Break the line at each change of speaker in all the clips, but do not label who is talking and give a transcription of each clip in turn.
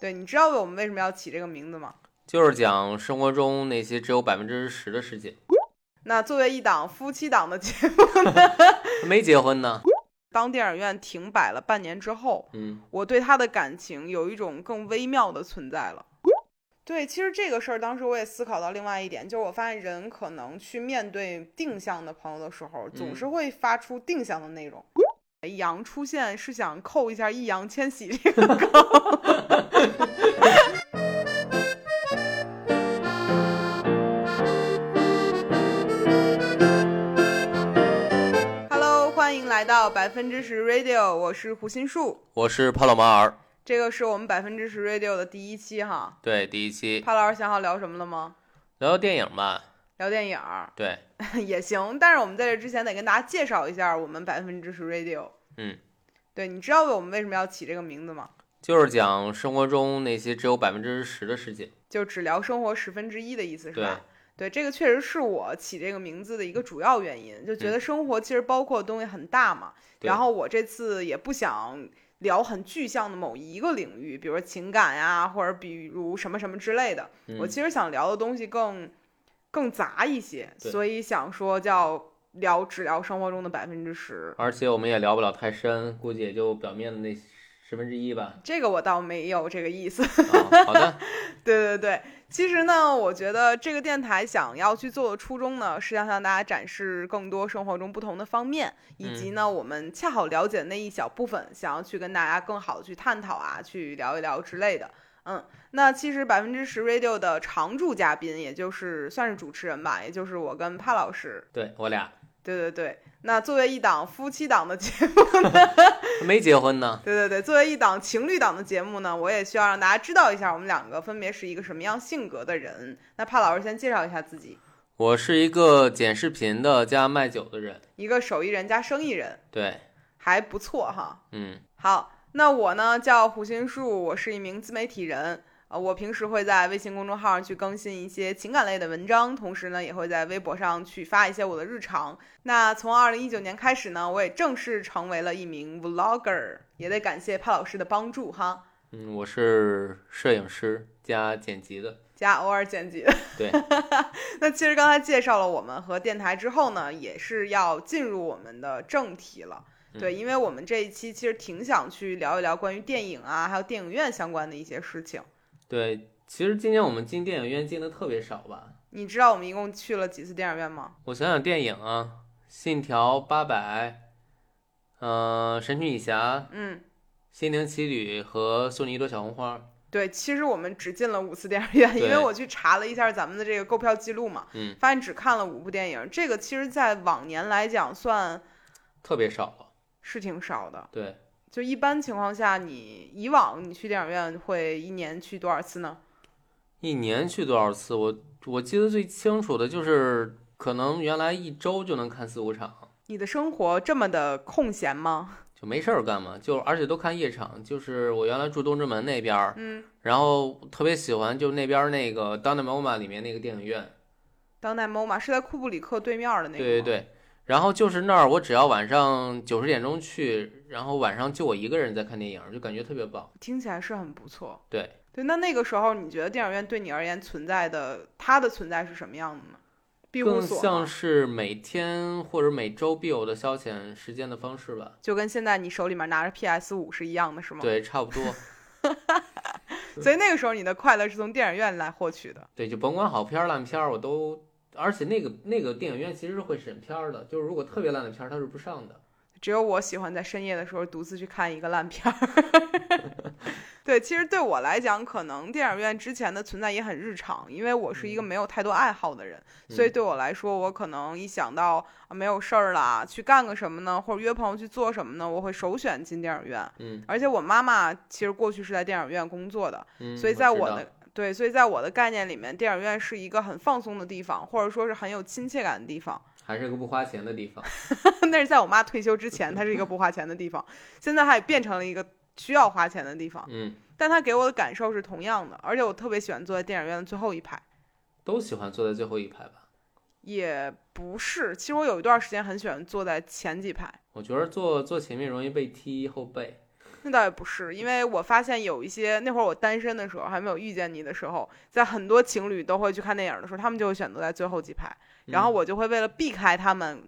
对，你知道我们为什么要起这个名字吗？
就是讲生活中那些只有百分之十的事情。
那作为一档夫妻档的节目，
没结婚呢，
当电影院停摆了半年之后，
嗯，
我对他的感情有一种更微妙的存在了。对，其实这个事儿，当时我也思考到另外一点，就是我发现人可能去面对定向的朋友的时候，总是会发出定向的内容。易烊出现是想扣一下易烊千玺这个梗。Hello，欢迎来到百分之十 Radio，我是胡心树，
我是帕洛马尔，
这个是我们百分之十 Radio 的第一期哈。
对，第一期
潘老师想好聊什么了吗？
聊聊电影吧，
聊电影儿
对，
也行，但是我们在这之前得跟大家介绍一下我们百分之十 Radio。
嗯，
对，你知道我们为什么要起这个名字吗？
就是讲生活中那些只有百分之十的事情，
就只聊生活十分之一的意思是
对
吧？，对，这个确实是我起这个名字的一个主要原因，就觉得生活其实包括的东西很大嘛。
嗯对
然后我这次也不想聊很具象的某一个领域，比如说情感呀、或者比如什么什么之类的。我
嗯，
其实想聊的东西更更杂一些，
对
所以想说叫聊只聊生活中的百分之十。
而且我们也聊不了太深，估计也就表面的那十分之一吧。
这个我倒没有这个意思。
啊，好的，
对对对，其实呢，我觉得这个电台想要去做的初衷呢，是要向大家展示更多生活中不同的方面，以及呢，我们恰好了解那一小部分，想要去跟大家更好的去探讨啊，去聊一聊之类的。嗯，那其实百分之十 radio 的常驻嘉宾，也就是算是主持人吧，也就是我跟帕老师，
对我俩
对对对，那作为一档夫妻档的节目，
没结婚呢，
对对对，作为一档情侣档的节目呢，我也需要让大家知道一下我们两个分别是一个什么样性格的人。那帕老师先介绍一下自己，
我是一个剪视频的加卖酒的人，
一个手艺人加生意人，
对，
还不错哈。
嗯，
好，那我呢叫胡心树，我是一名自媒体人。呃，我平时会在微信公众号上去更新一些情感类的文章，同时呢，也会在微博上去发一些我的日常。那从二零一九年开始呢，我也正式成为了一名 vlogger，也得感谢帕老师的帮助哈，
嗯，我是摄影师加剪辑的，
加偶尔剪辑。
对，
那其实刚才介绍了我们和电台之后呢，也是要进入我们的正题了。对，因为我们这一期其实挺想去聊一聊关于电影啊，还有电影院相关的一些事情。
对，其实今年我们进电影院进的特别少吧？
你知道我们一共去了几次电影院吗？
我想想电影啊，《信条》八百，嗯，《神曲女侠》《
嗯，
心灵奇旅》和《送你一朵小红花》。
对，其实我们只进了五次电影院，因为
对
我去查了一下咱们的这个购票记录嘛，
嗯，
发现只看了五部电影，这个其实在往年来讲算
特别少了。
是挺少的。
对，
就一般情况下你，以往你去电影院会一年去多少次呢？
一年去多少次？我我记得最清楚的就是，可能原来一周就能看四五场，
你的生活这么的空闲吗？
就没事儿干嘛，就而且都看夜场。就是我原来住东直门那边儿，
嗯，
然后特别喜欢就那边儿那个当代 MOMA 里面那个电影院。
当代 MOMA 是在库布里克对面的那个，
对对，对，然后就是那儿，我只要晚上九十点钟去，然后晚上就我一个人在看电影，就感觉特别棒。
听起来是很不错。
对
对，那那个时候你觉得电影院对你而言存在的它的存在是什么样的呢？庇护
更
所
像
吗
是每天或者每周必有的消遣时间的方式吧。
就跟现在你手里面拿着 PS 五是一样的，是吗？，
对，差不多。
所以那个时候你的快乐是从电影院来获取的。
对，就甭管好片儿烂片儿，我都。而且那个那个电影院其实是会审片儿的，就是如果特别烂的片儿，它是不上的。
只有我喜欢在深夜的时候独自去看一个烂片儿。 对，其实对我来讲，可能电影院之前的存在也很日常，因为我是一个没有太多爱好的人，所以对我来说，我可能一想到、啊、没有事儿啦，去干个什么呢，或者约朋友去做什么呢，我会首选进电影院。
嗯，
而且我妈妈其实过去是在电影院工作的，
嗯，
所以在
我
我
知
的
道
对，所以在我的概念里面，电影院是一个很放松的地方，或者说是很有亲切感的地方。
还是个不花钱的地方。
那是在我妈退休之前，它是一个不花钱的地方，现在它也变成了一个需要花钱的地方。
嗯，
但它给我的感受是同样的，而且我特别喜欢坐在电影院的最后一排。
都喜欢坐在最后一排吧。
也不是，其实我有一段时间很喜欢坐在前几排，
我觉得坐坐前面容易被踢后背。
那倒也不是，因为我发现有一些那会儿我单身的时候，还没有遇见你的时候，在很多情侣都会去看电影的时候，他们就会选择在最后几排，然后我就会为了避开他们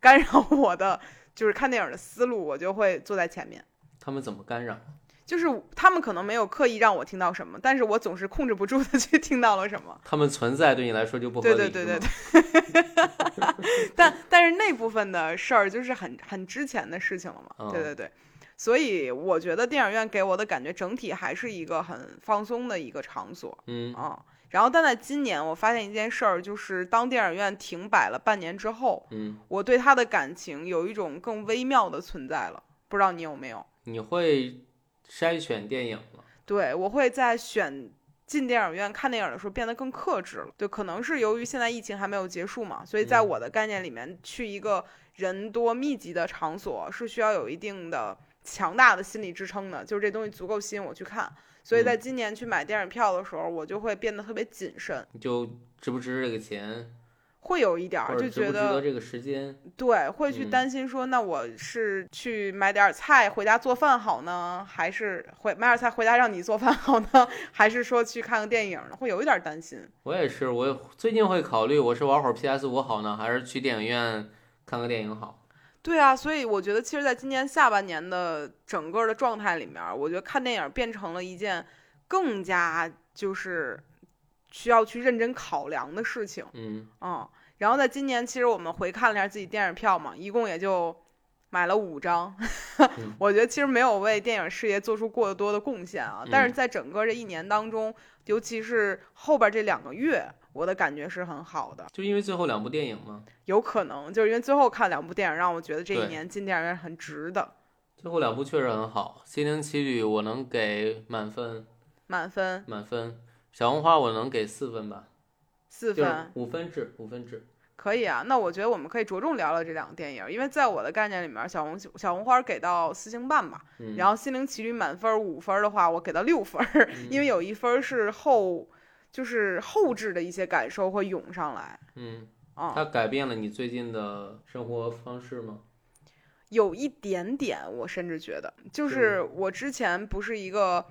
干扰我的就是看电影的思路，我就会坐在前面。
他们怎么干扰？
就是他们可能没有刻意让我听到什么，但是我总是控制不住的去听到了什么。
他们存在对你来说就不合
对
理，
对对对
是吗
对，
嗯
但但是那部分的事儿就是很很之前的事情了嘛。
嗯
对对对，所以我觉得电影院给我的感觉整体还是一个很放松的一个场所
嗯
啊、然后，但在今年我发现一件事儿，就是当电影院停摆了半年之后，
嗯，
我对它的感情有一种更微妙的存在了。不知道你有没有？
你会筛选电影了，
对，我会在选进电影院看电影的时候变得更克制了。对，可能是由于现在疫情还没有结束嘛，所以在
嗯
我的概念里面，去一个人多密集的场所是需要有一定的强大的心理支撑的，就是这东西足够吸引我去看。所以
嗯
在今年去买电影票的时候，我就会变得特别谨慎，
你就值不值这个钱，
会有一点
或
儿
者
啊就
值
觉
不值得
得
这个时间？
对，会去
嗯
担心说，那我是去买点儿菜回家做饭好呢，还是回买点儿菜回家让你做饭好呢， 还是说去看个电影呢？会有一点儿担心。
我也是，我最近会考虑，我是玩会儿 PS 五好呢，还是去电影院看个电影好？
对啊，所以我觉得，其实，在今年下半年的整个的状态里面，我觉得看电影变成了一件更加就是需要去认真考量的事情。
嗯，
嗯，然后在今年，其实我们回看了一下自己电影票嘛，一共也就买了五张。
嗯
我觉得其实没有为电影事业做出过多的贡献啊，但是
嗯
在整个这一年当中，尤其是后边这两个月，我的感觉是很好的。
就因为最后两部电影嘛，
有可能就是因为最后看两部电影，让我觉得这一
对
年进电影院很值的，
最后两部确实很好，《心灵奇旅》我能给满分，
满分
满分，《小红花》我能给四分吧，
四
就是
分，
五分制，五分制。
可以啊。那我觉得我们可以着重聊聊这两个电影，因为在我的概念里面，小红小红花给到四星半吧，
嗯，
然后《心灵奇旅》满分五分儿的话，我给到六分儿，
嗯
因为有一分儿是后，就是后置的一些感受会涌上来
嗯，
啊、
它改变了你最近的生活方式吗？
有一点点，我甚至觉得，就是我之前不是一个，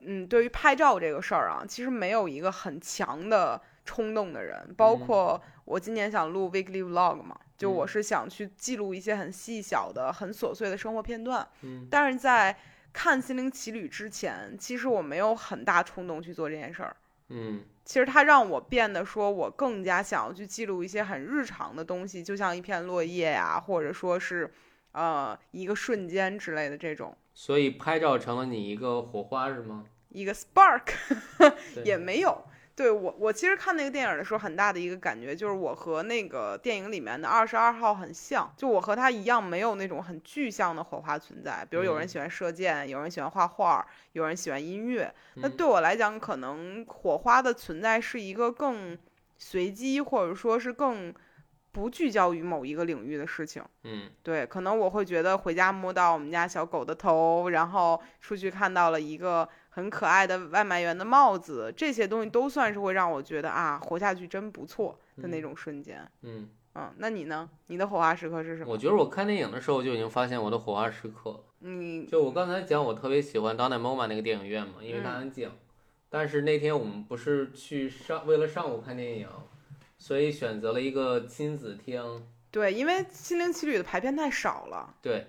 嗯，对于拍照这个事儿啊，其实没有一个很强的冲动的人，包
嗯
括我今年想录 weekly vlog 嘛，就我
嗯
是想去记录一些很细小的、很琐碎的生活片段，
嗯
但是在看《心灵奇旅》之前，其实我没有很大冲动去做这件事儿。
嗯
其实它让我变得说，我更加想要去记录一些很日常的东西，就像一片落叶呀、或者说是，呃，一个瞬间之类的这种，
所以拍照成了你一个火花是吗？
一个 spark
对
也没有。对我，我其实看那个电影的时候，很大的一个感觉就是我和那个电影里面的二十二号很像，就我和他一样，没有那种很具象的火花存在。比如有人
嗯
喜欢射箭，有人喜欢画画，有人喜欢音乐，那
嗯
对我来讲，可能火花的存在是一个更随机，或者说是更不聚焦于某一个领域的事情。
嗯
对，可能我会觉得回家摸到我们家小狗的头，然后出去看到了一个很可爱的外卖员的帽子，这些东西都算是会让我觉得啊，活下去真不错的那
嗯
种瞬间。
嗯，
嗯，那你呢？你的火花时刻是什么？
我觉得我看电影的时候就已经发现我的火花时刻了。
你
就我刚才讲，我特别喜欢当代 MOMA 那个电影院嘛，因为它
嗯
安静。但是那天我们不是去上，为了上午看电影，所以选择了一个亲子厅。
对，因为《心灵奇旅》的排片太少了，
对，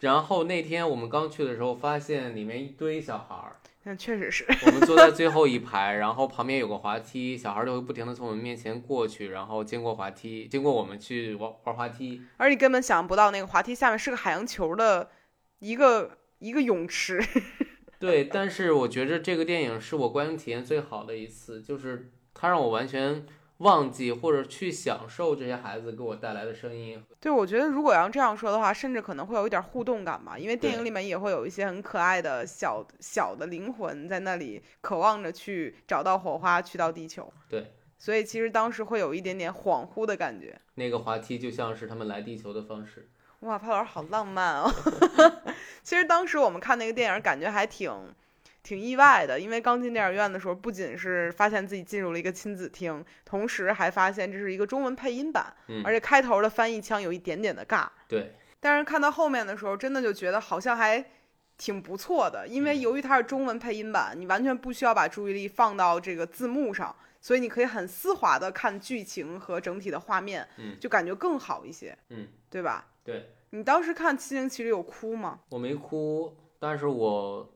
然后那天我们刚去的时候，发现里面一堆小孩儿，
那确实是，
我们坐在最后一排，然后旁边有个滑梯，小孩儿就会不停的从我们面前过去，然后经过滑梯，经过我们去玩玩滑梯。
而你根本想不到那个滑梯下面是个海洋球的一个一个泳池。
对，但是我觉着这个电影是我观影体验最好的一次，就是它让我完全忘记或者去享受这些孩子给我带来的声音。
对，我觉得如果要这样说的话，甚至可能会有一点互动感吧，因为电影
对
里面也会有一些很可爱的小小的灵魂在那里渴望着去找到火花，去到地球。
对，
所以其实当时会有一点点恍惚的感觉。
那个滑梯就像是他们来地球的方式。
哇，潘老师好浪漫 哦！其实当时我们看那个电影，感觉还挺挺意外的，因为刚进电影院的时候，不仅是发现自己进入了一个亲子厅，同时还发现这是一个中文配音版，
嗯
而且开头的翻译腔有一点点的尬。
对，
但是看到后面的时候，真的就觉得好像还挺不错的，因
嗯
为由于它是中文配音版，你完全不需要把注意力放到这个字幕上，所以你可以很丝滑的看剧情和整体的画面，
嗯
就感觉更好一些，
嗯，
对吧？
对，
你当时看《七情奇旅》有哭吗？
我没哭，但是我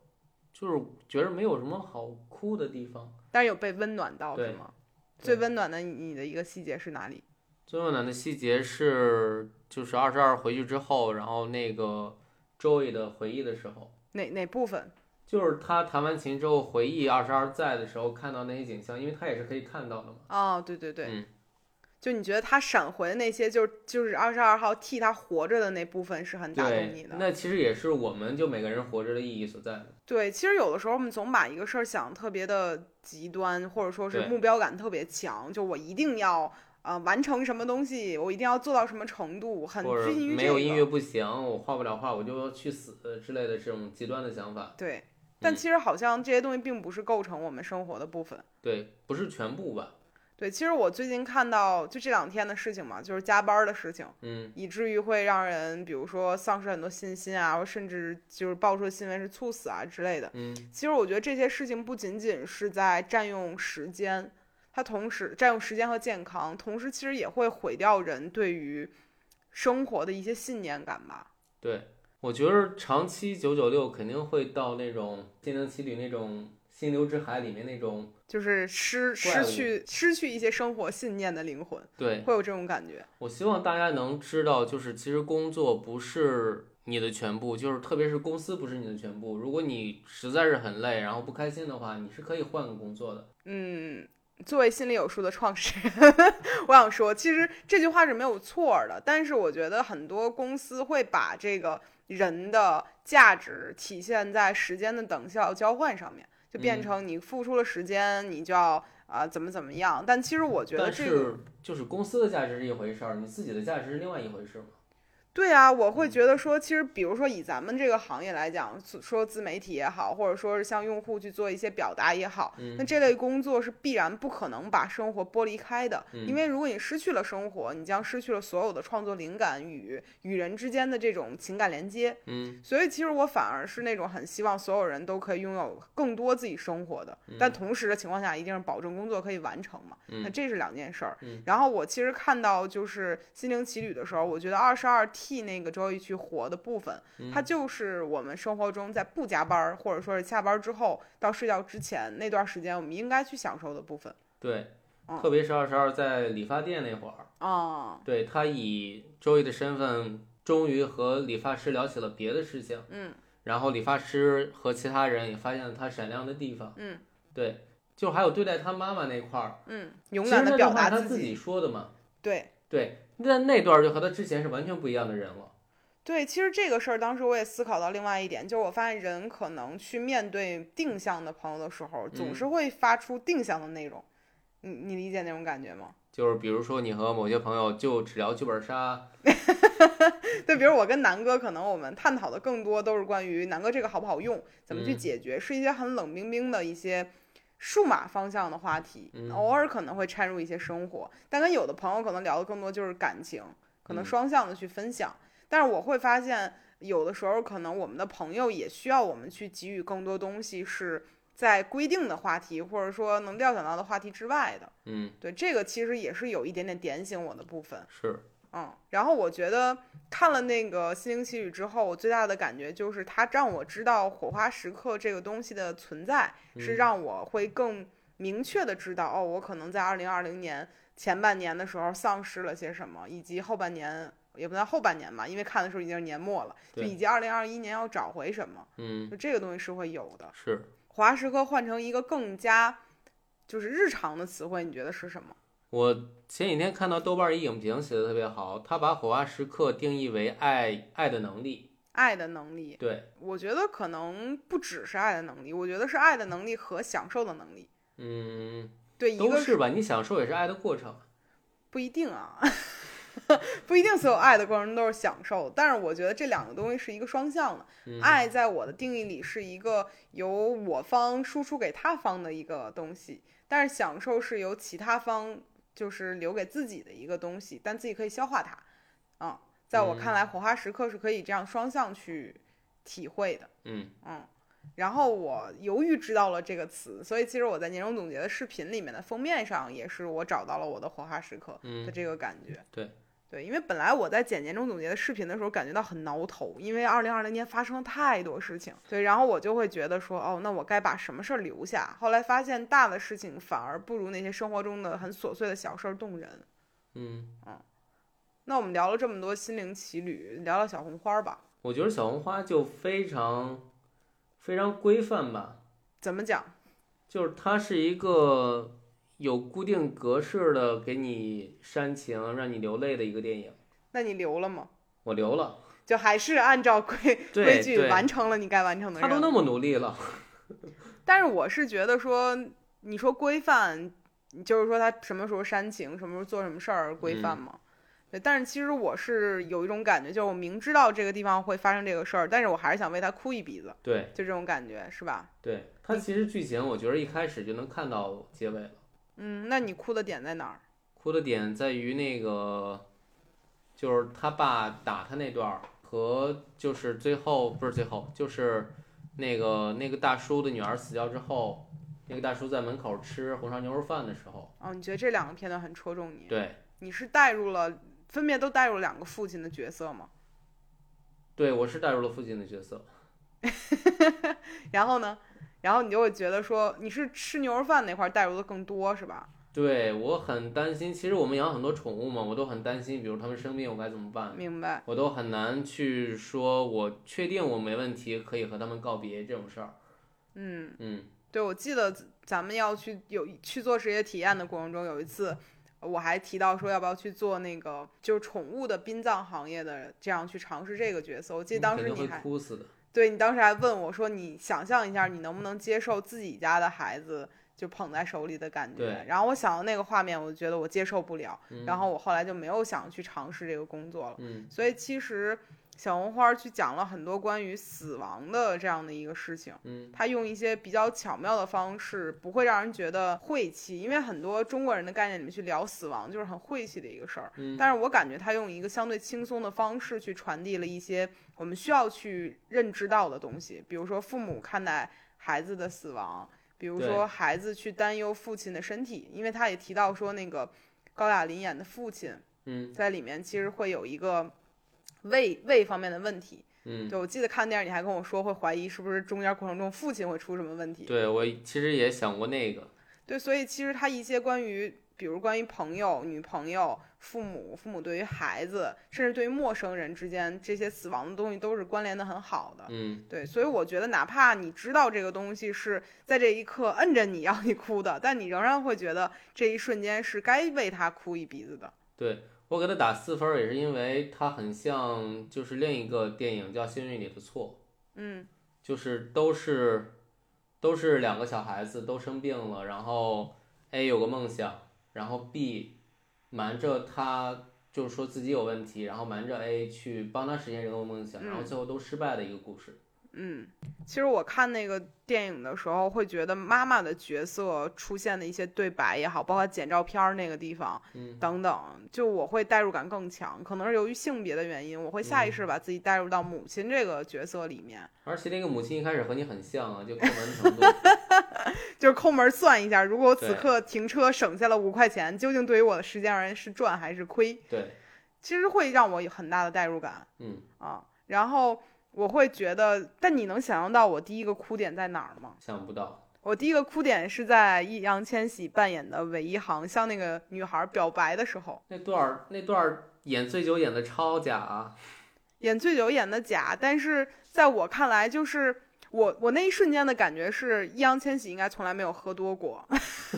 就是觉得没有什么好哭的地方。
但是有被温暖到
对
是吗？
对
最温暖的你的一个细节是哪里？
最温暖的细节是，就是二十二回去之后，然后那个 Joey 的回忆的时候，
哪哪部分？
就是他弹完琴之后回忆二十二在的时候看到那些景象，因为他也是可以看到的嘛。
哦，对对对，
嗯
就你觉得他闪回的那些，就是就是二十二号替他活着的那部分是很打动你
对，
的。
那其实也是我们就每个人活着的意义所在的。
对，其实有的时候我们总把一个事儿想得特别的极端，或者说是
对
目标感特别强，就我一定要啊、呃完成什么东西，我一定要做到什么程度，很
或者
拘泥于
没
这
有
个。
音乐不行，我画不了画，我就去死之类的这种极端的想法。
对，但
嗯
其实好像这些东西并不是构成我们生活的部分。
对，不是全部吧？
对，其实我最近看到就这两天的事情嘛，就是加班儿的事情，
嗯
以至于会让人比如说丧失很多信心啊，或甚至就是爆出的新闻是猝死啊之类的。
嗯，
其实我觉得这些事情不仅仅是在占用时间，它同时占用时间和健康，同时其实也会毁掉人对于生活的一些信念感吧。
对，我觉得长期九九六肯定会到那种《心灵奇旅》那种《心流之海》里面那种，
就是失失
怪物
去失去一些生活信念的灵魂，
对，
会有这种感觉。
我希望大家能知道，就是其实工作不是你的全部，就是特别是公司不是你的全部。如果你实在是很累，然后不开心的话，你是可以换个工作的。
嗯，作为心里有数的创始人， 我想说，其实这句话是没有错儿的，但是我觉得很多公司会把这个人的价值体现在时间的等效交换上面，就变
嗯
成你付出了时间，你就要啊、怎么怎么样。但其实我觉得
但
这个
是就是公司的价值是一回事儿，你自己的价值是另外一回事儿嘛。
对啊，我
嗯
会觉得说，其实比如说以咱们这个行业来讲，自说自媒体也好，或者说是向用户去做一些表达也好，
嗯
那这类工作是必然不可能把生活剥离开的，因
嗯
为如果你失去了生活，你将失去了所有的创作灵感与与人之间的这种情感连接。
嗯，
所以其实我反而是那种很希望所有人都可以拥有更多自己生活的，但同时的情况下，一定是保证工作可以完成嘛。那
嗯
这是两件事儿。
嗯
然后我其实看到就是《心灵奇旅》的时候，我觉得二十二 T 那个周易去活的部分，
嗯
它就是我们生活中在不加班儿或者说是下班之后到睡觉之前那段时间，我们应该去享受的部分
对
嗯，
特别是二十二在理发店那会儿，
啊。
对他以周易的身份，终于和理发师聊起了别的事情。
嗯，
然后理发师和其他人也发现了他闪亮的地方。
嗯，
对，就还有对待他妈妈那块儿，
嗯，勇
其
敢
实
的
那
表
段话
达
他
自
自己说的嘛。
对
对，那那段儿就和他之前是完全不一样的人了。
对，其实这个事儿当时我也思考到另外一点，就是我发现人可能去面对定向的朋友的时候，总
嗯
是会发出定向的内容。你你理解那种感觉吗？
就是比如说，你和某些朋友就只聊剧本杀，
对，比如我跟南哥，可能我们探讨的更多都是关于南哥这个好不好用，怎么去
嗯
解决，是一些很冷冰冰的一些数码方向的话题，
嗯
偶尔可能会掺入一些生活，但跟有的朋友可能聊的更多就是感情，可能
嗯
双向的去分享。但是我会发现，有的时候可能我们的朋友也需要我们去给予更多东西，是在规定的话题或者说能料想到的话题之外的。
嗯，
对，这个其实也是有一点点点醒我的部分。
是，
嗯，然后我觉得看了那个《心灵奇旅》之后，我最大的感觉就是它让我知道火花时刻这个东西的存在，是
嗯
让我会更明确的知道，哦，我可能在二零二零年前半年的时候丧失了些什么，以及后半年也不算后半年吧，因为看的时候已经是年末了，就
对
以及二零二一年要找回什么，
嗯，
就这个东西是会有的。
是。
火花时刻换成一个更加就是日常的词汇，你觉得是什么？
我前几天看到豆瓣儿一影评写的特别好，他把火花时刻定义为爱爱的能力。
爱的能力，
对，
我觉得可能不只是爱的能力，我觉得是爱的能力和享受的能力。
嗯，
对，一
都
个
是吧，你享受也是爱的过程。
不一定啊， 不一定所有爱的过程都是享受，但是我觉得这两个东西是一个双向的。
嗯
爱在我的定义里是一个由我方输出给他方的一个东西，但是享受是由其他方就是留给自己的一个东西，但自己可以消化它。啊、在我看来，火花时刻是可以这样双向去体会的。
嗯
嗯，然后我由于知道了这个词，所以其实我在年终总结的视频里面的封面上，也是我找到了我的火花时刻的
嗯，
这个感觉。
对
对，因为本来我在剪年终总结的视频的时候，感觉到很挠头，因为二零二零年发生了太多事情。对，然后我就会觉得说，哦，那我该把什么事儿留下？后来发现大的事情反而不如那些生活中的很琐碎的小事儿动人。
嗯，
那我们聊了这么多心灵奇旅，聊聊小红花儿吧。
我觉得小红花就非常非常规范吧，
怎么讲？
就是它是一个有固定格式的，给你煽情、让你流泪的一个电影。
那你留了吗？
我流了，
就还是按照 规
对
规矩
对
完成了你该完成的
他都
任务。
那么努力了，
但是我是觉得说，你说规范，就是说他什么时候煽情，什么时候做什么事儿规
嗯
范嘛。对，但是其实我是有一种感觉，就是我明知道这个地方会发生这个事儿，但是我还是想为他哭一鼻子，
对
就这种感觉，是吧？
对，它其实剧情我觉得一开始就能看到结尾了，
嗯，那你哭的点在哪儿？
哭的点在于那个，就是他爸打他那段儿和就是最后不是最后就是那个那个大叔的女儿死掉之后，那个大叔在门口吃红烧牛肉饭的时候，
哦，你觉得这两个片段很戳中你？
对，
你是带入了，分别都带入了两个父亲的角色吗？
对我是带入了父亲的角色，
然后呢，然后你就会觉得说你是吃牛肉饭那块儿带入的更多是吧？
对我很担心。其实我们养很多宠物嘛，我都很担心，比如它们生病我该怎么办，
明白，
我都很难去说我确定我没问题，可以和它们告别这种事儿。
嗯，
嗯
对，我记得咱们要去有去做职业体验的过程中，有一次我还提到说要不要去做那个就是宠物的殡葬行业的，这样去尝试这个角色。我记得当时
嗯肯定
你
会
还
哭死的。
对你当时还问我说，你想象一下，你能不能接受自己家的孩子就捧在手里的感觉
对？
然后我想到那个画面，我就觉得我接受不了，
嗯、
然后我后来就没有想去尝试这个工作了。
嗯，
所以其实小红花儿去讲了很多关于死亡的这样的一个事情。
嗯，
他用一些比较巧妙的方式，不会让人觉得晦气，因为很多中国人的概念里面去聊死亡就是很晦气的一个事儿。
嗯
但是我感觉他用一个相对轻松的方式去传递了一些我们需要去认知到的东西，比如说父母看待孩子的死亡，比如说
对
孩子去担忧父亲的身体，因为他也提到说那个高亚麟演的父亲，
嗯
在里面其实会有一个胃胃方面的问题。
嗯，
对，我记得看电影你还跟我说会怀疑是不是中间过程中父亲会出什么问题。
对我其实也想过那个。
对，所以其实他一些关于，比如关于朋友、女朋友、父母、父母对于孩子，甚至对于陌生人之间这些死亡的东西，都是关联的很好的。
嗯，
对，所以我觉得，哪怕你知道这个东西是在这一刻摁着你要你哭的，但你仍然会觉得这一瞬间是该为他哭一鼻子的。
对我给它打四分儿，也是因为它很像就是另一个电影叫《幸运里的错》。
嗯，
就是都是都是两个小孩子都生病了，然后 A 有个梦想，然后 B 瞒着他，就是说自己有问题，然后瞒着 A 去帮他实现这个梦想，
嗯
然后最后都失败的一个故事。
嗯，其实我看那个电影的时候，会觉得妈妈的角色出现的一些对白也好，包括剪照片儿那个地方
嗯
等等，就我会代入感更强。可能是由于性别的原因，我会下意
嗯
识地把自己代入到母亲这个角色里面，
而且那个母亲一开始和你很像啊，就抠门程度。
就是抠门儿算一下，如果我此
对
刻停车省下了五块钱，究竟对于我的时间而言是赚还是亏？
对，
其实会让我有很大的代入感
嗯，
啊。然后我会觉得，但你能想象到我第一个哭点在哪儿吗？
想不到。
我第一个哭点是在易烊千玺扮演的韦一航向那个女孩表白的时候，
那段儿那段儿演醉酒演的超假啊，
演醉酒演的假，但是在我看来，就是我我那一瞬间的感觉是易烊千玺应该从来没有喝多过，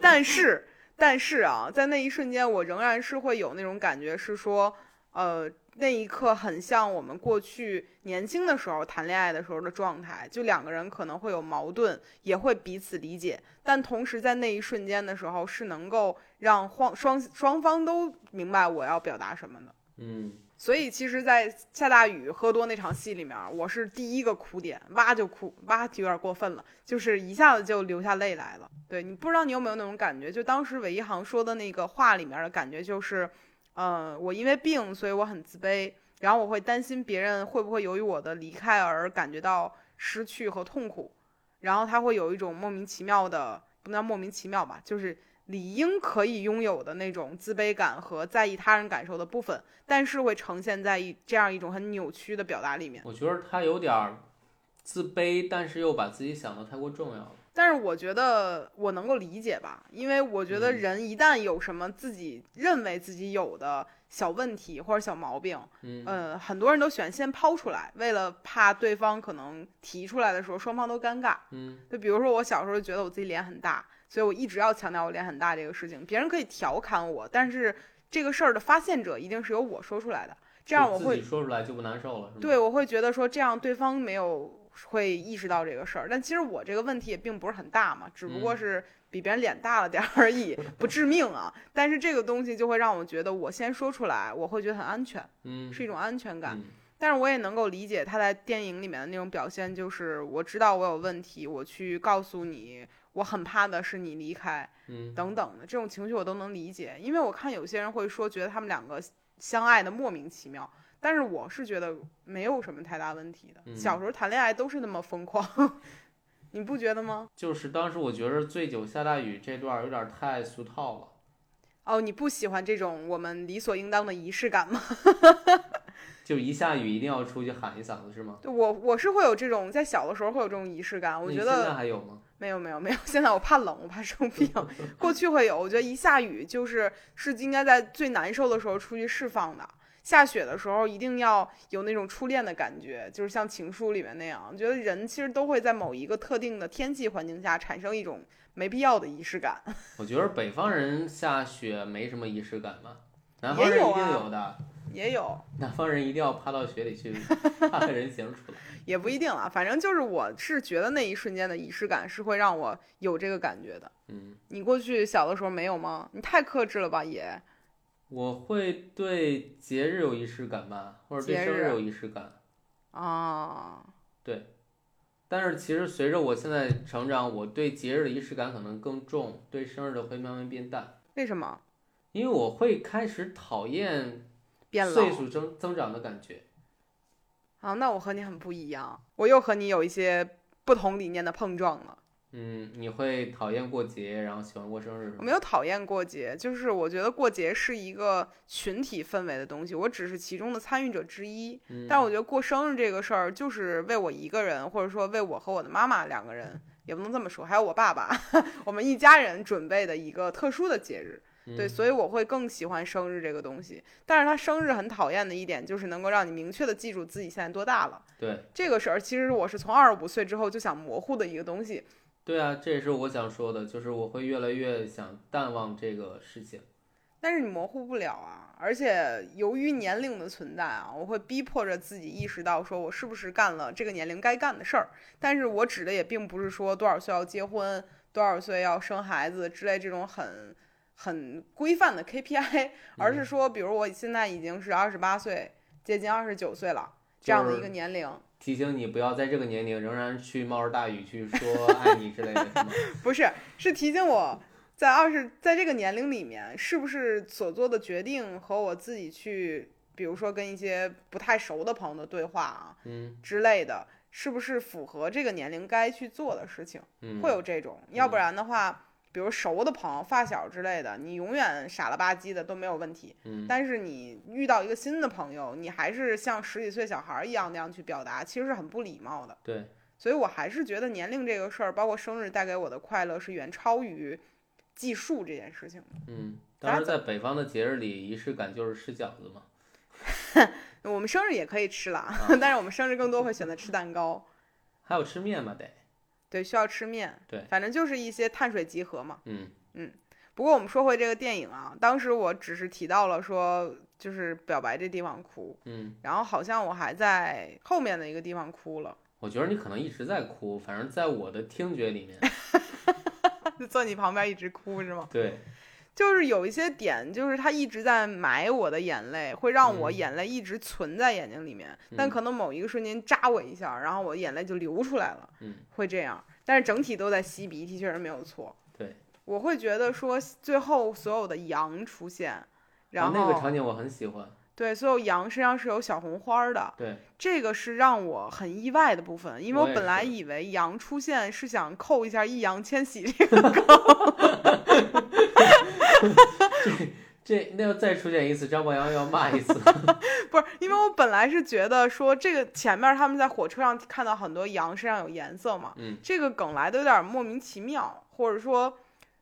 但是但是啊，在那一瞬间，我仍然是会有那种感觉，是说，呃，那一刻很像我们过去年轻的时候谈恋爱的时候的状态，就两个人可能会有矛盾，也会彼此理解，但同时在那一瞬间的时候，是能够让双双双方都明白我要表达什么的。
嗯，
所以其实，在下大雨喝多那场戏里面，我是第一个哭点，哇就哭，哇有点过分了，就是一下子就流下泪来了。对你不知道你有没有那种感觉，就当时韦一航说的那个话里面的感觉就是，呃，我因为病，所以我很自卑，然后我会担心别人会不会由于我的离开而感觉到失去和痛苦，然后他会有一种莫名其妙的，不能叫莫名其妙吧，就是理应可以拥有的那种自卑感和在意他人感受的部分，但是会呈现在一这样一种很扭曲的表达里面。
我觉得他有点儿自卑，但是又把自己想的太过重要了。
但是我觉得我能够理解吧，因为我觉得
嗯
人一旦有什么自己认为自己有的小问题或者小毛病，
嗯，
呃，很多人都喜欢先抛出来，为了怕对方可能提出来的时候双方都尴尬。
嗯，
就比如说我小时候觉得我自己脸很大，所以我一直要强调我脸很大这个事情，别人可以调侃我，但是这个事儿的发现者一定是由我说出来的，这样
就
我
自
会
己说出来就不难受了，是吗？
对，我会觉得说这样对方没有会意识到这个事儿，但其实我这个问题也并不是很大嘛，只不过
嗯
是比别人脸大了点儿而已，不致命啊。但是这个东西就会让我觉得我先说出来，我会觉得很安全，
嗯，
是一种安全感。
嗯
但是我也能够理解他在电影里面的那种表现，就是我知道我有问题，我去告诉你，我很怕的是你离开
嗯，
等等的这种情绪我都能理解，因为我看有些人会说觉得他们两个相爱的莫名其妙，但是我是觉得没有什么太大问题的。
嗯
小时候谈恋爱都是那么疯狂， 你不觉得吗？
就是当时我觉得“醉酒下大雨”这段儿有点儿太俗套了。
哦，你不喜欢这种我们理所应当的仪式感吗？
就一下雨一定要出去喊一嗓子是吗？
对我我是会有这种，在小的时候会有这种仪式感，我
那你
觉
现
得
在还有吗？
没有没有没有，现在我怕冷，我怕生病。过去会有，我觉得一下雨就是是应该在最难受的时候出去释放的。下雪的时候一定要有那种初恋的感觉，就是像《情书》里面那样。觉得人其实都会在某一个特定的天气环境下产生一种没必要的仪式感。
我觉得北方人下雪没什么仪式感吧，南
也
方人
有
一定
啊
有的，
也有，
南方人一定要趴到雪里去趴个人形出来。
也不一定啊啦，反正就是我是觉得那一瞬间的仪式感是会让我有这个感觉的。
嗯，
你过去小的时候没有吗？你太克制了吧也。
我会对节日有仪式感吧，或者对
节
生日
日
有仪式感。
啊，
但是其实随着我现在成长，我对节日的仪式感可能更重，对生日的会慢慢变淡，
为什么
因为我会开始讨厌
变老
岁？数增增长的感觉。
啊，那我和你很不一样，我又和你有一些不同理念的碰撞了。
嗯，你会讨厌过节，然后喜欢过生日是
我
吗？
没有讨厌过节，就是我觉得过节是一个群体氛围的东西，我只是其中的参与者之一。
嗯，
但是我觉得过生日这个事儿，就是为我一个人，或者说为我和我的妈妈两个 人，也不能这么说，还有我爸爸， 我们一家人准备的一个特殊的节日。对，
嗯
所以我会更喜欢生日这个东西。但是他生日很讨厌的一点，就是能够让你明确的记住自己现在多大了。
对
这个事儿，其实我是从二十五岁之后就想模糊的一个东西。
对啊，这也是我想说的，就是我会越来越想淡忘这个事情。
但是你模糊不了啊，而且由于年龄的存在啊，我会逼迫着自己意识到，说我是不是干了这个年龄该干的事儿。但是我指的也并不是说多少岁要结婚，多少岁要生孩子之类这种很很规范的 KPI，而 是说，比如我现在已经是二十八岁，接近二十九岁了这样的一个年龄，
提醒你不要在这个年龄仍然去冒着大雨 去说爱你之类的，是吗？
不是，是提醒我在二十在这个年龄里面，是不是所做的决定和我自己去，比如说跟一些不太熟的朋友的对话啊
嗯
之类的，是不是符合这个年龄该去做的事情？
嗯，
会有这种，要不然的话，比如熟的朋友、发小之类的，你永远傻了吧唧的都没有问题。
嗯
但是你遇到一个新的朋友，你还是像十几岁小孩儿一样那样去表达，其实是很不礼貌的。
对，
所以我还是觉得年龄这个事儿，包括生日带给我的快乐，是远超于计数这件事情的。
嗯，
大家
当时在北方的节日里，仪式感就是吃饺子嘛。
我们生日也可以吃啦，
啊
但是我们生日更多会选择吃蛋糕，
还有吃面嘛得，
对，需要吃面，嗯
对
反正就是一些碳水集合嘛。
嗯
不过我们说回这个电影啊，当时我只是提到了说，就是表白这地方哭，
嗯，
然后好像我还在后面的一个地方哭了，
我觉得你可能一直在哭，反正在我的听觉里面，
就坐你旁边一直哭是吗？
对，
就是有一些点，就是它一直在埋我的眼泪，会让我
嗯
眼泪一直存在眼睛里面，但
嗯
可能某一个瞬间扎我一下，然后我眼泪就流出来了，
嗯，
会这样。但是整体都在吸鼻涕，确实没有错。
对，
我 会觉得说最后所有的羊出现，然
啊那个
后
场景我很喜欢，
对，所有羊身上是有小红花儿的，
对，
这个是让我很意外的部分，因为
我
我
也
本来
是
以为羊出现是想扣一下易烊千 玺这个
这那要再出现一次，张博洋要骂一 次。
不是，因为我本来是觉得说这个前面他们在火车上看到很多羊身上有颜色嘛，
嗯，
这个梗来的有点莫名其妙，或者说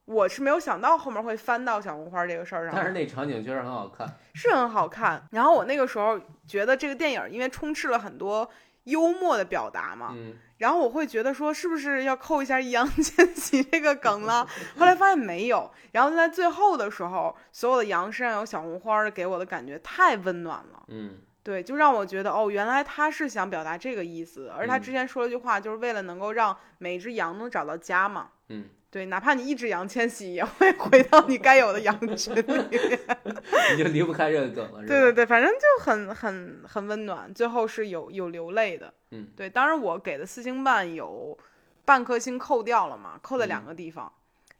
我是没有想到后面会翻到小红花这个事儿上
但是
的，
那场景确实很好看。
是很好看。然后我那个时候觉得这个电影因为充斥了很多幽默的表达嘛，
嗯，
然后我会觉得说，是不是要扣一下易烊千玺这个梗了？后来发现没有。然后在最后的时候，所有的羊身上有小红花儿，给我的感觉太温暖了。
嗯，
对，就让我觉得哦，原来他是想表达这个意思，而他
嗯
之前说了句话，就是为了能够让每只羊能找到家嘛。
嗯，
对，哪怕你一只羊迁徙，也会回到你该有的羊群里。
你就离不开这个梗了，是吧？
对对对，反正就很很很温暖，最后是有有流泪的。
嗯，
对，当然我给的四星半有半颗星扣掉了嘛，扣在两
嗯
个地方。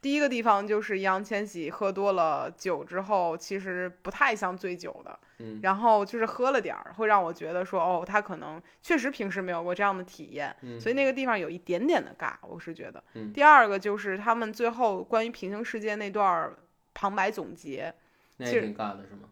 第一个地方就是易烊千玺喝多了酒之后，其实不太像醉酒的，
嗯
然后就是喝了点儿，会让我觉得说，哦，他可能确实平时没有过这样的体验，
嗯，
所以那个地方有一点点的尬，我是觉得。
嗯
第二个就是他们最后关于平行世界那段儿旁白总结，
那也挺尬的，是吗？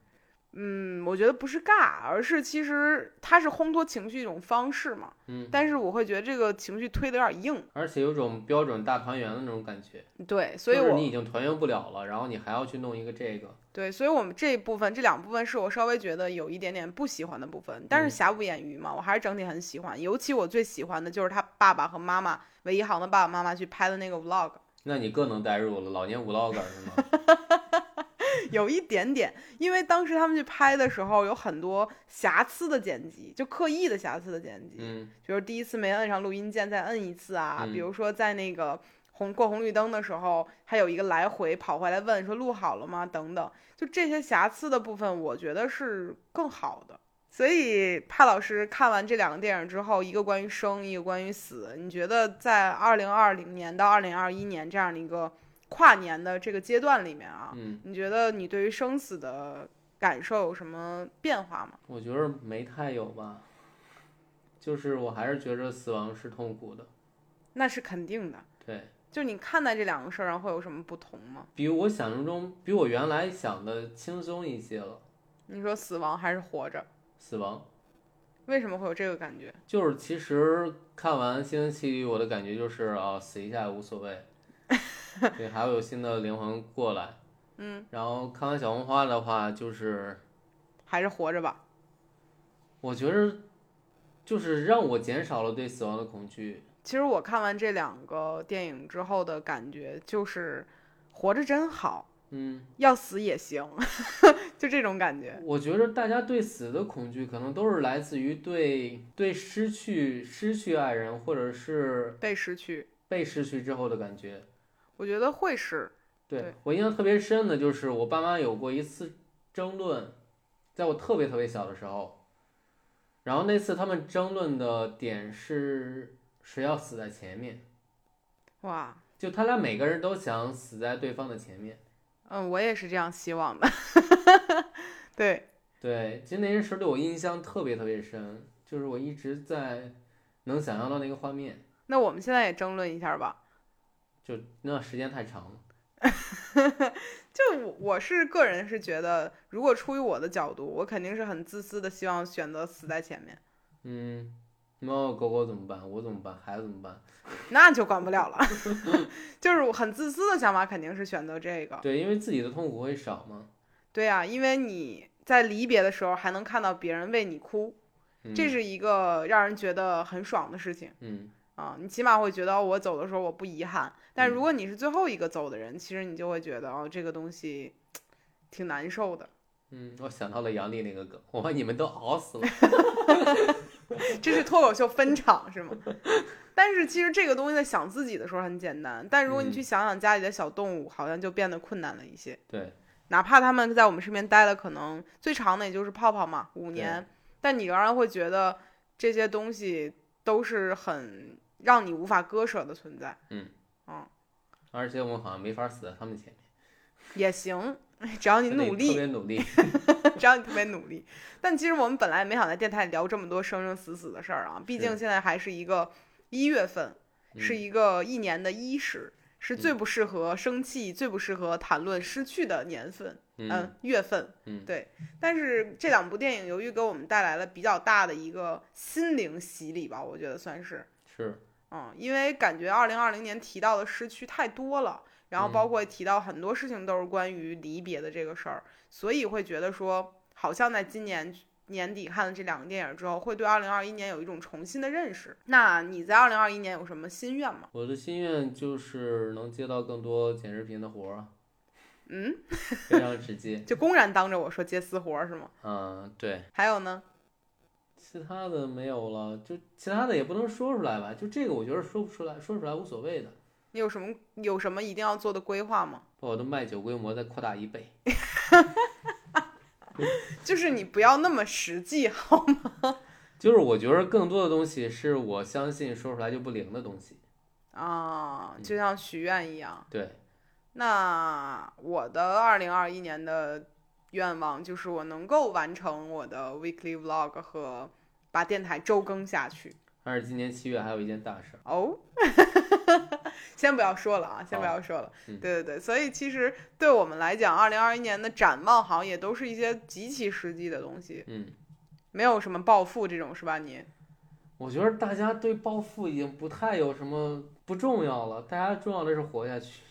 嗯，我觉得不是尬，而是其实它是烘托情绪一种方式嘛。
嗯，
但是我会觉得这个情绪推的有点硬，
而且有种标准大团圆的那种感觉，
嗯对，所以
就是
我
你已经团圆不了了，然后你还要去弄一个这个，
对，所以我们这一部分这两部分是我稍微觉得有一点点不喜欢的部分，但是
嗯
瑕不掩瑜嘛，我还是整体很喜欢。尤其我最喜欢的就是他爸爸和妈妈韦一航的爸爸妈妈去拍的那个 vlog，
那你更能代入了，老年 vlog 是吗？
有一点点，因为当时他们去拍的时候有很多瑕疵的剪辑，就刻意的瑕疵的剪辑，
嗯
比如第一次没摁上录音键，再摁一次啊。
嗯
比如说在那个红过红绿灯的时候，还有一个来回跑回来问说录好了吗？等等，就这些瑕疵的部分，我觉得是更好的。所以帕老师看完这两个电影之后，一个关于生，一个关于死，你觉得在二零二零年到二零二一年这样的一个跨年的这个阶段里面啊，
嗯，
你觉得你对于生死的感受有什么变化吗？
我觉得没太有吧，就是我还是觉着死亡是痛苦的，
那是肯定的。
对。
就你看待这两个事儿上会有什么不同吗？
比我想象中，比我原来想的轻松一些了。
你说死亡还是活着，
死亡
为什么会有这个感觉？
就是，其实看完《心灵奇旅》，我的感觉就是啊，死一下也无所谓，对，还会有新的灵魂过来。
嗯，
然后看完小红花的话，就是
还是活着吧。
我觉得，就是让我减少了对死亡的恐惧。
其实我看完这两个电影之后的感觉就是，活着真好，
嗯，
要死也行， 就这种感觉。
我觉得大家对死的恐惧，可能都是来自于对对失去、失去爱人，或者是
被失去，
被失去之后的感觉。
我觉得会是，对
对我印象特别深的就是我爸妈有过一次争论，在我特别特别小的时候，然后那次他们争论的点是谁要死在前面，
哇，
就他俩每个人都想死在对方的前面。
嗯，我也是这样希望的。 对，
对，其实那件事对我印象特别特别深，就是我一直在能想象到那个画面，
那我们现在也争论一下吧。
就那时间太长了。
就我我是个人是觉得，如果出于我的角度，我肯定是很自私的，希望选择死在前面，
嗯，猫狗狗怎么办？我怎么办？孩子怎么办？
那就管不了 了。就是我很自私的想法，肯定是选择这个。
对，因为自己的痛苦会少嘛。
对呀、因为你在离别的时候还能看到别人为你哭，
嗯、
这是一个让人觉得很爽的事情
嗯。
啊。你起码会觉得哦我走的时候我不遗憾，但
嗯
如果你是最后一个走的人，其实你就会觉得哦这个东西挺难受的。
嗯，我想到了杨笠那个梗，我把你们都熬死 了。
这是脱口秀分场是吗？ 但是其实这个东西在想自己的时候很简单，但如果你
嗯
去想想家里的小动物，好像就变得困难了一些。
对，
哪怕他们在我们身边待了，可能最长的也就是泡泡嘛，五
对
年，但你仍然会觉得这些东西都是很让你无法割舍的存在。
嗯
嗯，
而且我们好像没法死在他们前面。
也行，哎只要你
他得
努
特
力，
别努力。
只要你特别努力。但其实我们本来也没想在电台里聊这么多生生死死的事儿啊，毕竟
是
现在还是一个一月份， 是
嗯
一个一年的伊始，是最不适合生气、最不适合谈论失去的年份，嗯、
嗯
月份。
嗯
对，但是这两部电影由于给我们带来了比较大的一个心灵洗礼吧，我觉得算是。
是
嗯，因为感觉二零二零年提到的失去太多了，然后包
嗯
括提到很多事情都是关于离别的这个事儿，所以会觉得说，好像在今年年底看了这两个电影之后，会对二零二一年有一种重新的认识。那你在二零二一年有什么心愿吗？
我的心愿就是能接到更多剪视频的活儿啊，
嗯，。
非常直接
就公然当着我说接私活儿是吗？
嗯，对，
还有呢？
其他的没有了，就其他的也不能说出来吧，就这个我觉得说不出来，说出来无所谓的。
你有什么有什么一定要做的规划吗？
把我的卖酒规模再扩大一倍，
就是你不要那么实际， 好吗？
就是我觉得更多的东西是我相信说出来就不灵的东西。
啊，就像许愿一样。
对，
那我的二零二一年的愿望就是我能够完成我的 weekly vlog 和把电台周更下去。
而且今年七月还有一件大事儿，
哦， 先不要说了啊，先不要说了。
嗯
对对对，所以其实对我们来讲，二零二一年的展望好像也都是一些极其实际的东西，
嗯，
没有什么暴富这种是吧？你
我觉得大家对暴富已经不太有什么不重要了，大家重要的是活下去。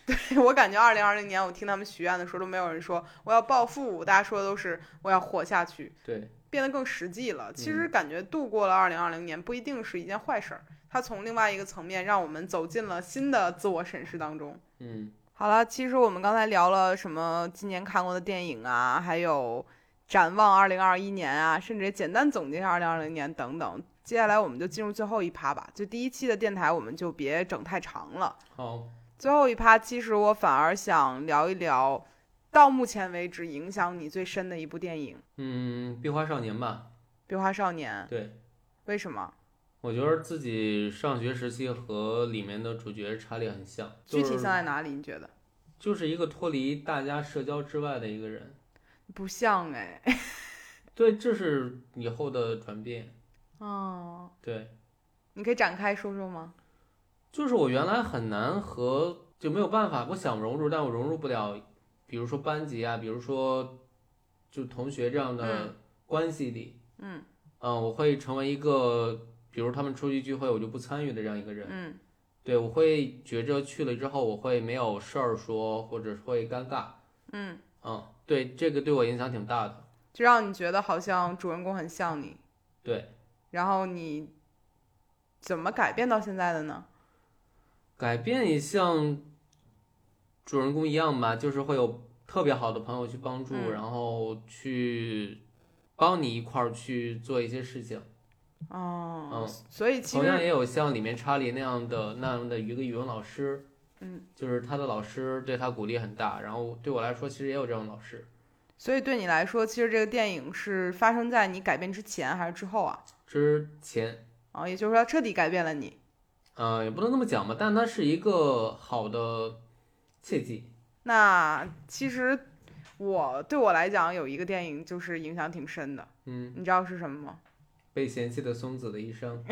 我感觉二零二零年我听他们许愿的时候都没有人说我要暴富，大家说的都是我要活下去。
对，
变得更实际了。其实感觉度过了二零二零年，不一定是一件坏事儿。它从另外一个层面让我们走进了新的自我审视当中。
嗯，
好了，其实我们刚才聊了什么今年看过的电影啊，还有展望二零二一年啊，甚至简单总结一下二零二零年等等。接下来我们就进入最后一趴吧，就第一期的电台我们就别整太长了。
好，
最后一趴，其实我反而想聊一聊，到目前为止影响你最深的一部电影《
嗯，壁花少年吧，
壁花少年》，
对。
为什么？
我觉得自己上学时期和里面的主角查理很像，就
具体
是
像在哪里？你觉得
就是一个脱离大家社交之外的一个人。
不像哎？
对，这是以后的转变。
哦，
对，
你可以展开说说吗？
就是我原来很难和就没有办法，我想融入，但我融入不了，比如说班级啊，比如说就同学这样的
嗯
关系里，
嗯
嗯、我会成为一个，比如他们出去聚会，我就不参与的这样一个人。
嗯
对，我会觉着去了之后，我会没有事儿说，或者会尴尬。
嗯，
嗯，对，这个对我影响挺大的。
就让你觉得好像主人公很像你，
对，
然后你怎么改变到现在的呢？
改变也像主人公一样吧，就是会有特别好的朋友去帮助，
嗯
然后去帮你一块儿去做一些事情。
哦，
嗯
所以其
同样
实
也有像里面查理那样的那样的一个语文老师，
嗯，
就是他的老师对他鼓励很大，然后对我来说其实也有这种老师。
所以对你来说，其实这个电影是发生在你改变之前还是之后啊？
之前，
啊、也就是说，它彻底改变了你。
嗯、也不能这么讲吧，但它是一个好的契机。
那其实我对我来讲，有一个电影就是影响挺深的，
嗯，
你知道是什么吗？
被嫌弃的松子的一生。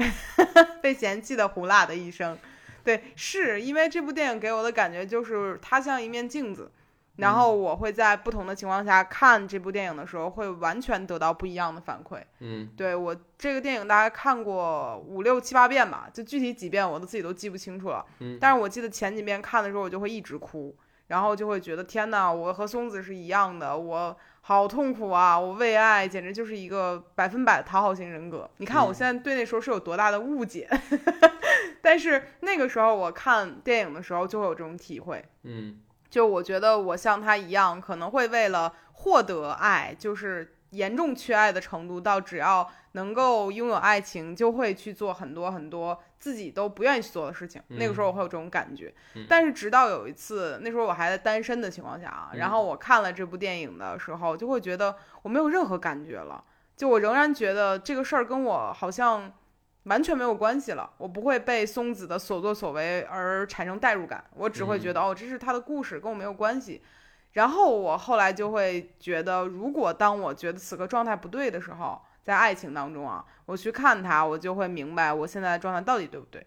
被嫌弃的胡辣的一生。对，是因为这部电影给我的感觉就是它像一面镜子，然后我会在不同的情况下看这部电影的时候，会完全得到不一样的反馈。
嗯。
对我这个电影大概看过五六七八遍吧，就具体几遍我都自己都记不清楚了。
嗯
但是我记得前几遍看的时候，我就会一直哭，然后就会觉得天呐，我和松子是一样的，我好痛苦啊！我为爱简直就是一个百分百讨好型人格。你看我
嗯
现在对那时候是有多大的误解， 但是那个时候我看电影的时候就会有这种体会。
嗯
就我觉得我像他一样，可能会为了获得爱，就是严重缺爱的程度，到只要能够拥有爱情，就会去做很多很多自己都不愿意去做的事情。那个时候我会有这种感觉，
嗯
但是直到有一次，那时候我还在单身的情况下啊，
嗯
然后我看了这部电影的时候，就会觉得我没有任何感觉了，就我仍然觉得这个事儿跟我好像。完全没有关系了，我不会被松子的所作所为而产生代入感，我只会觉得、哦，这是他的故事，跟我没有关系。然后我后来就会觉得，如果当我觉得此刻状态不对的时候，在爱情当中啊，我去看它，我就会明白我现在的状态到底对不对。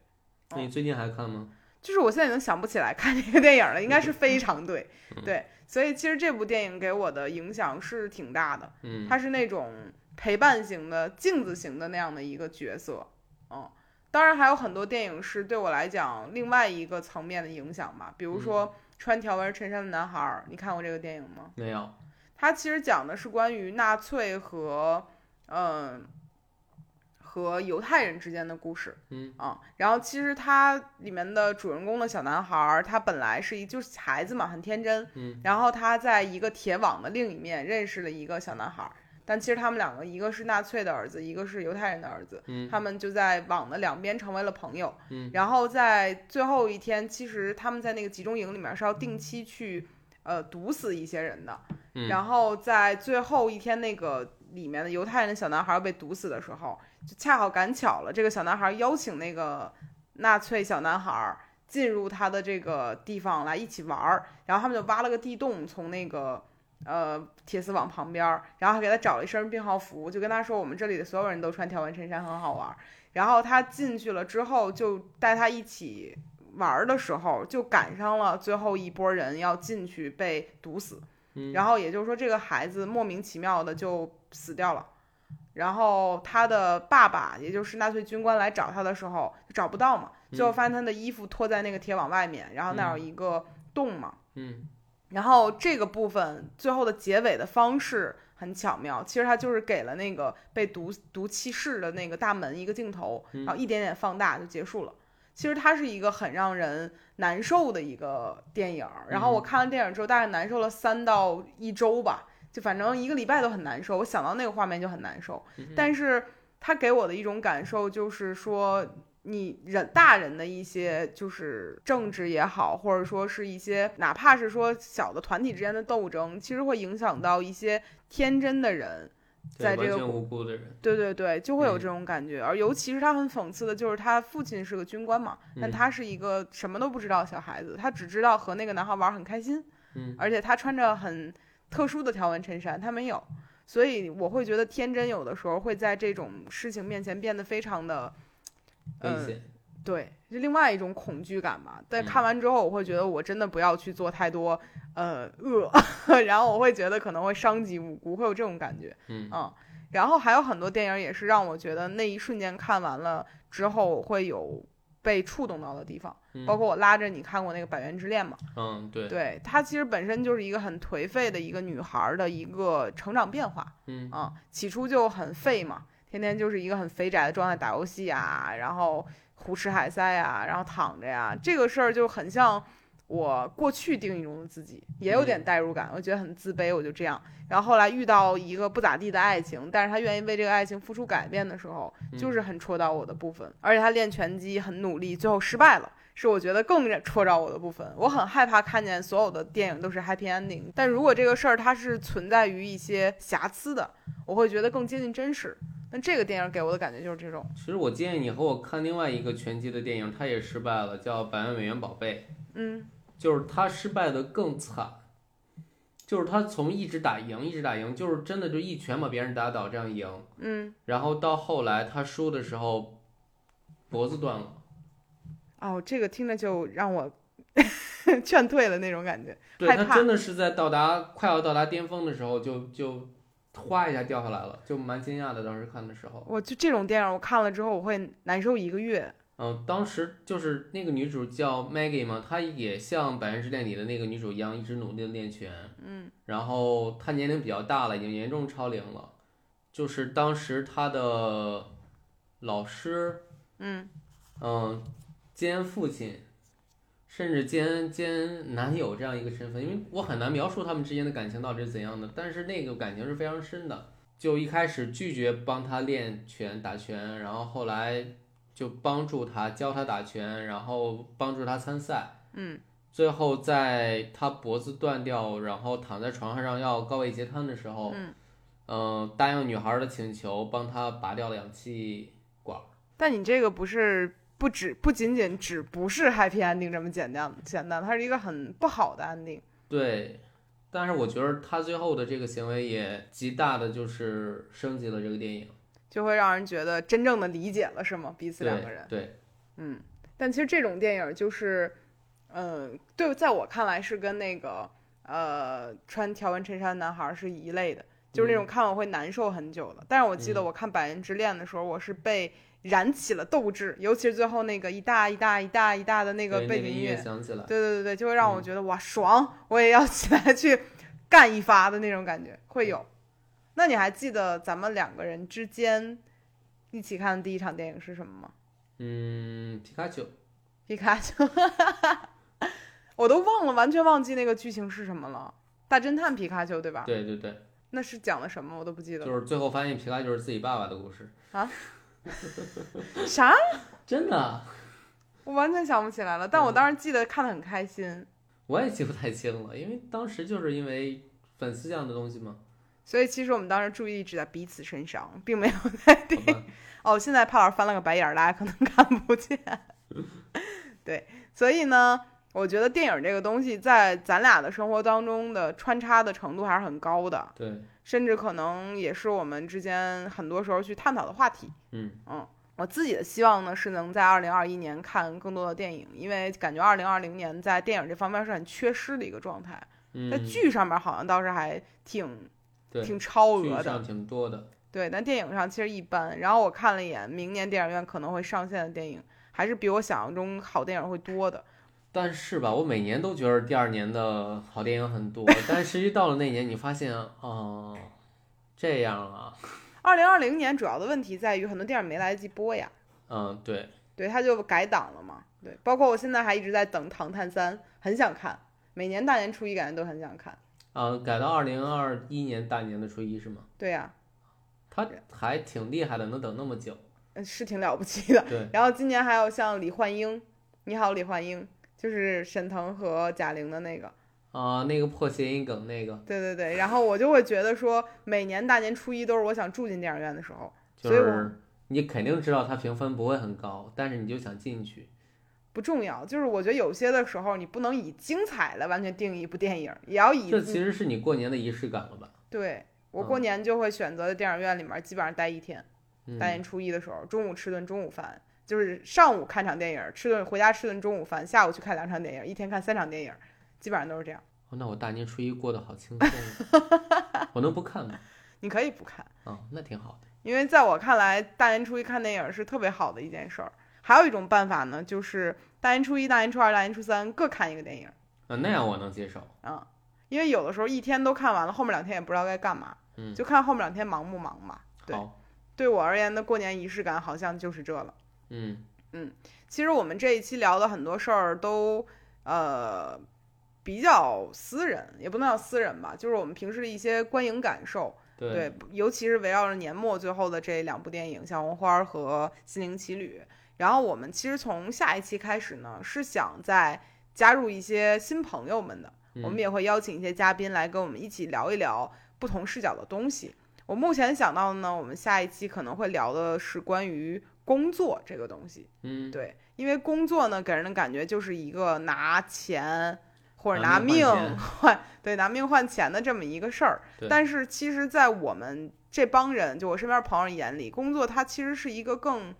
那你最近还看吗？
就是我现在已经想不起来看这个电影了，应该是非常对，对，所以其实这部电影给我的影响是挺大的，
嗯，
它是那种陪伴型的、镜子型的那样的一个角色，嗯，当然还有很多电影是对我来讲另外一个层面的影响吧，比如说《穿条纹衬衫的男孩》，你看过这个电影吗？
没有，
它其实讲的是关于纳粹和嗯、和犹太人之间的故事。
嗯
啊，然后其实它里面的主人公的小男孩儿，他本来是一就是孩子嘛，很天真。
嗯，
然后他在一个铁网的另一面认识了一个小男孩儿，但其实他们两个一个是纳粹的儿子，一个是犹太人的儿子。
嗯
他们就在网的两边成为了朋友。
嗯
然后在最后一天，其实他们在那个集中营里面是要定期去呃毒死一些人的。
嗯
然后在最后一天，那个里面的犹太人的小男孩被毒死的时候，就恰好赶巧了，这个小男孩邀请那个纳粹小男孩。进入他的这个地方来一起玩儿，然后他们就挖了个地洞，从那个呃铁丝网旁边儿，然后还给他找了一身病号服，就跟他说我们这里的所有人都穿条纹衬衫，很好玩儿。然后他进去了之后，就带他一起玩儿的时候，就赶上了最后一波人要进去被毒死，
嗯
然后也就是说这个孩子莫名其妙的就死掉了。然后他的爸爸，也就是纳粹军官来找他的时候，就找不到嘛，最后
嗯
发现他的衣服脱在那个铁网外面，然后那有一个洞嘛，
嗯
然后这个部分最后的结尾的方式很巧妙，其实它就是给了那个被毒毒气室的那个大门一个镜头，
嗯
然后一点点放大就结束了。其实它是一个很让人难受的一个电影儿，然后我看完电影之后大概难受了三到一周吧，就反正一个礼拜都很难受，我想到那个画面就很难受。但是它给我的一种感受就是说，你人大人的一些就是政治也好，或者说是一些哪怕是说小的团体之间的斗争，其实会影响到一些天真的人。在
对
这个
完全无辜的人，
对对对，就会有
嗯
这种感觉。而尤其是他很讽刺的，就是他父亲是个军官嘛，但
嗯
他是一个什么都不知道的小孩子，他只知道和那个男孩玩儿很开心，
嗯
而且他穿着很特殊的条纹衬衫，他没有。所以我会觉得天真有的时候会在这种事情面前变得非常的
危
嗯
险，
对，是另外一种恐惧感吧。但
嗯
看完之后，我会觉得我真的不要去做太多呃恶， 然后我会觉得可能会伤及无辜，会有这种感觉。
嗯
嗯，然后还有很多电影也是让我觉得那一瞬间看完了之后我会有被触动到的地方，
嗯
包括我拉着你看过那个《百元之恋》嘛，
嗯对，
对，她其实本身就是一个很颓废的一个女孩儿的一个成长变化。
嗯
啊，起初就很废嘛，天天就是一个很肥宅的状态，打游戏啊，然后胡吃海塞啊，然后躺着呀、这个事儿就很像我过去定义中的自己，也有点代入感，我觉得很自卑，我就这样。然后后来遇到一个不咋地的爱情，但是他愿意为这个爱情付出改变的时候，就
嗯
是很戳到我的部分。而且他练拳击很努力，最后失败了。是我觉得更让戳着我的部分。我很害怕看见所有的电影都是 happy ending，但如果这个事儿它是存在于一些瑕疵的，我会觉得更接近真实。那这个电影给我的感觉就是这种，
其实我建议你和我看另外一个拳击的电影，它也失败了，叫《百万美元宝贝
嗯》，
就是它失败的更惨，就是他从一直打赢，一直打赢，就是真的就一拳把别人打倒这样赢，
嗯，
然后到后来他输的时候，脖子断了，
哦，这个听着就让我 劝退了那种感觉，
对
害
他
怕
真的是在到达快要到达巅峰的时候就就哗一下掉下来了，就蛮惊讶的，当时看的时候。
我就这种电影我看了之后我会难受一个月，
嗯，当时就是那个女主叫 Maggie 嘛，她也像《百元之恋》里的那个女主一样，一直努力的练拳。嗯，然后她年龄比较大了，已经严重超龄了。就是当时她的老师，
嗯，
嗯，兼父亲，甚至兼兼男友这样一个身份，因为我很难描述他们之间的感情到底是怎样的，但是那个感情是非常深的。就一开始拒绝帮他练拳打拳，然后后来就帮助他教他打拳，然后帮助他参赛。
嗯，
最后在他脖子断掉，然后躺在床上要高位截瘫的时候，
嗯
呃，答应女孩的请求，帮他拔掉了氧气管。
但你这个不是。不只不仅仅只不是 happy ending 这么简单简单，它是一个很不好的 ending。
对，但是我觉得他最后的这个行为也极大的就是升级了这个电影，
就会让人觉得真正的理解了，是吗？彼此
对
两个人，
对，
嗯。但其实这种电影就是，嗯、对，在我看来是跟那个呃穿条纹衬衫的男孩是一类的，就是那种看完会难受很久的。但是我记得
嗯
我看《百人之恋》的时候，我是被燃起了斗志，尤其是最后那个一大一大一大一大的那
那
个
那
背景
个
音
音乐
乐，
响嗯起来，
对对对对，就会让我觉得、哇爽，我也要起来去干一发的那种感觉会有。那你还记得咱们两个人之间一起看的第一场电影是什么吗？
嗯，皮卡丘，
皮卡丘， 我都忘了，完全忘记那个剧情是什么了。大侦探皮卡丘对吧？
对对对，
那啊是讲的什么我都不记得了。
就是最后发现皮卡丘是自己爸爸的故事，
啥？
真的，啊
我完全想不起来了。但我当时记得看的很开心，
我也记不太清了，因为当时就是因为粉丝向的东西嘛，
所以其实我们当时注意力只在彼此身上，并没有
好吧，
哦，现在帕老师翻了个白眼儿，大家可能 看不见。对，所以呢，我觉得电影这个东西在咱俩的生活当中的穿插的程度还是很高的，
对，
甚至可能也是我们之间很多时候去探讨的话题。
嗯
我自己的希望呢是能在二零二一年看更多的电影，因为感觉二零二零年在电影这方面是很缺失的一个状态，
嗯，
在剧上面好像倒是还挺
对
挺超
剧
额的
上，挺多的，
对，但电影上其实一般。然后我看了一眼明年电影院可能会上线的电影，还是比我想象中好电影会多的。
但是吧，我每年都觉得第二年的好电影 很多，但实际到了那年，你发现，哦，这样啊，
二零二零年主要的问题在于很多电影没来得及播呀，
嗯，对，
对，它就改档了嘛。对，包括我现在还一直在等《唐探三》，很想看，每年大年初一感觉都很想看。
啊，改到二零二一年大年的初一是吗？
对呀、
他还挺厉害的，能等那么久。
嗯，是挺了不起的。
对，
然后今年还有像李焕英，《你好，李焕英》，就是沈腾和贾玲的那个。
啊、那个破谐音梗，那个
对对对，然后我就会觉得说，每年大年初一都是我想住进电影院的时候。
就
所以我
是你肯定知道它评分不会很高，但是你就想进去。
不重要，就是我觉得有些的时候，你不能以精彩来完全定义一部电影，也要以
这其实是你过年的仪式感了吧？
对我过
嗯
年就会选择在电影院里面基本上待一天，大
嗯，
年初一的时候，中午吃顿中午饭，就是上午看场电影，吃顿回家吃顿中午饭，下午去看两场电影，一天看三场电影，基本上都是这样。
哦那我大年初一过得好轻松啊，我能不看吗？
你可以不看，
啊，那挺好的。
因为在我看来，大年初一看电影是特别好的一件事儿。还有一种办法呢，就是大年初一、大年初二、大年初三各看一个电影
啊，那样我能接受。
啊、因为有的时候一天都看完了，后面两天也不知道该干嘛。
嗯，
就看后面两天忙不忙嘛。对
好，
对我而言的过年仪式感好像就是这了。
嗯
其实我们这一期聊的很多事儿都呃比较私人，也不能叫私人吧，就是我们平时的一些观影感受。
对
对，尤其是围绕着年末最后的这两部电影《小红花》和《心灵奇旅》。然后我们其实从下一期开始呢，是想再加入一些新朋友们的，我们
嗯
也会邀请一些嘉宾来跟我们一起聊一聊不同视角的东西。我目前想到的呢，我们下一期可能会聊的是关于工作这个东西。
嗯，
对，因为工作呢，给人的感觉就是一个拿钱或者拿
拿
命
命换
换
钱
对拿命换钱的这么一个事儿
对。
但是其实，在我们这帮人，就我身边朋友眼里，工作它其实是一个更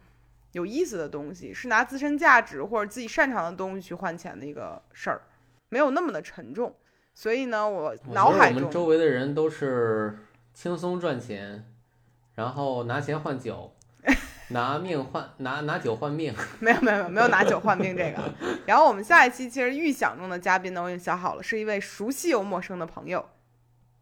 有意思的东西，是拿自身价值或者自己擅长的东西去换钱的一个事儿，没有那么的沉重。所以呢，我
我觉
脑
得
海
我们
中
周围的人都是轻松赚钱，然后拿钱 换酒，拿命换拿拿酒换命。
没有没有没有没有拿酒换命这个。 然后我们下一期其实预想中的嘉宾呢，我已经想好了，是一位熟悉又陌生的朋友。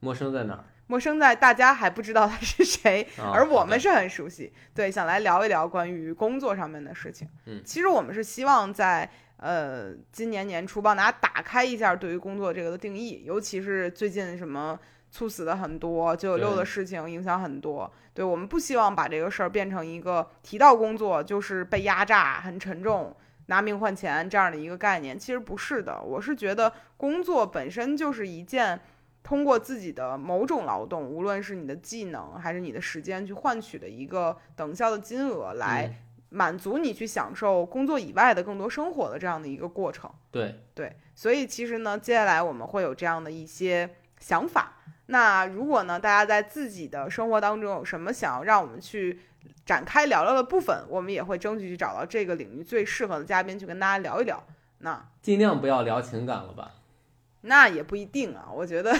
陌生在哪儿？
陌生在大家还不知道他是谁，
啊
而我
好的
们是很熟悉。对，想来聊一聊关于工作上面的事情。
嗯
其实我们是希望在呃今年年初帮大家打开一下对于工作这个的定义，尤其是最近什么猝死的很多，九九六
对
的事情影响很多。对我们不希望把这个事儿变成一个提到工作就是被压榨、很沉重、拿命换钱这样的一个概念。其实不是的，我是觉得工作本身就是一件通过自己的某种劳动，无论是你的技能还是你的时间去换取的一个等效的金额，来满足你去享受工作以外的更多生活的这样的一个过程。
对，
对，所以其实呢，接下来我们会有这样的一些想法。那如果呢，大家在自己的生活当中有什么想要让我们去展开聊聊的部分，我们也会争取去找到这个领域最适合的嘉宾去跟大家聊一聊。那
尽量不要聊情感了吧。
那也不一定啊，我觉得，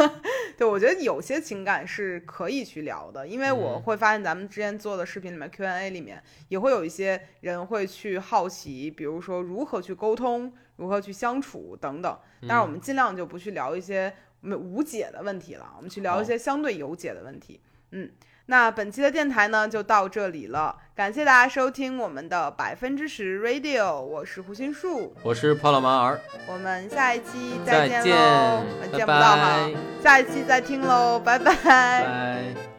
对，我觉得有些情感是可以去聊的，因为我
嗯
会发现咱们之前做的视频里面 Q&A 里面也会有一些人会去好奇，比如说如何去沟通、如何去相处等等。但是我
嗯
们尽量就不去聊一些没无解的问题了，我们去聊一
好
些相对有解的问题。嗯，那本期的电台呢就到这里了，感谢大家收听我们的百分之十 Radio，我是胡心树，
我是帕洛马尔，
我们下一期
再
见
见
喽，呃见不到哈
拜拜，
下一期再听喽，拜拜
拜。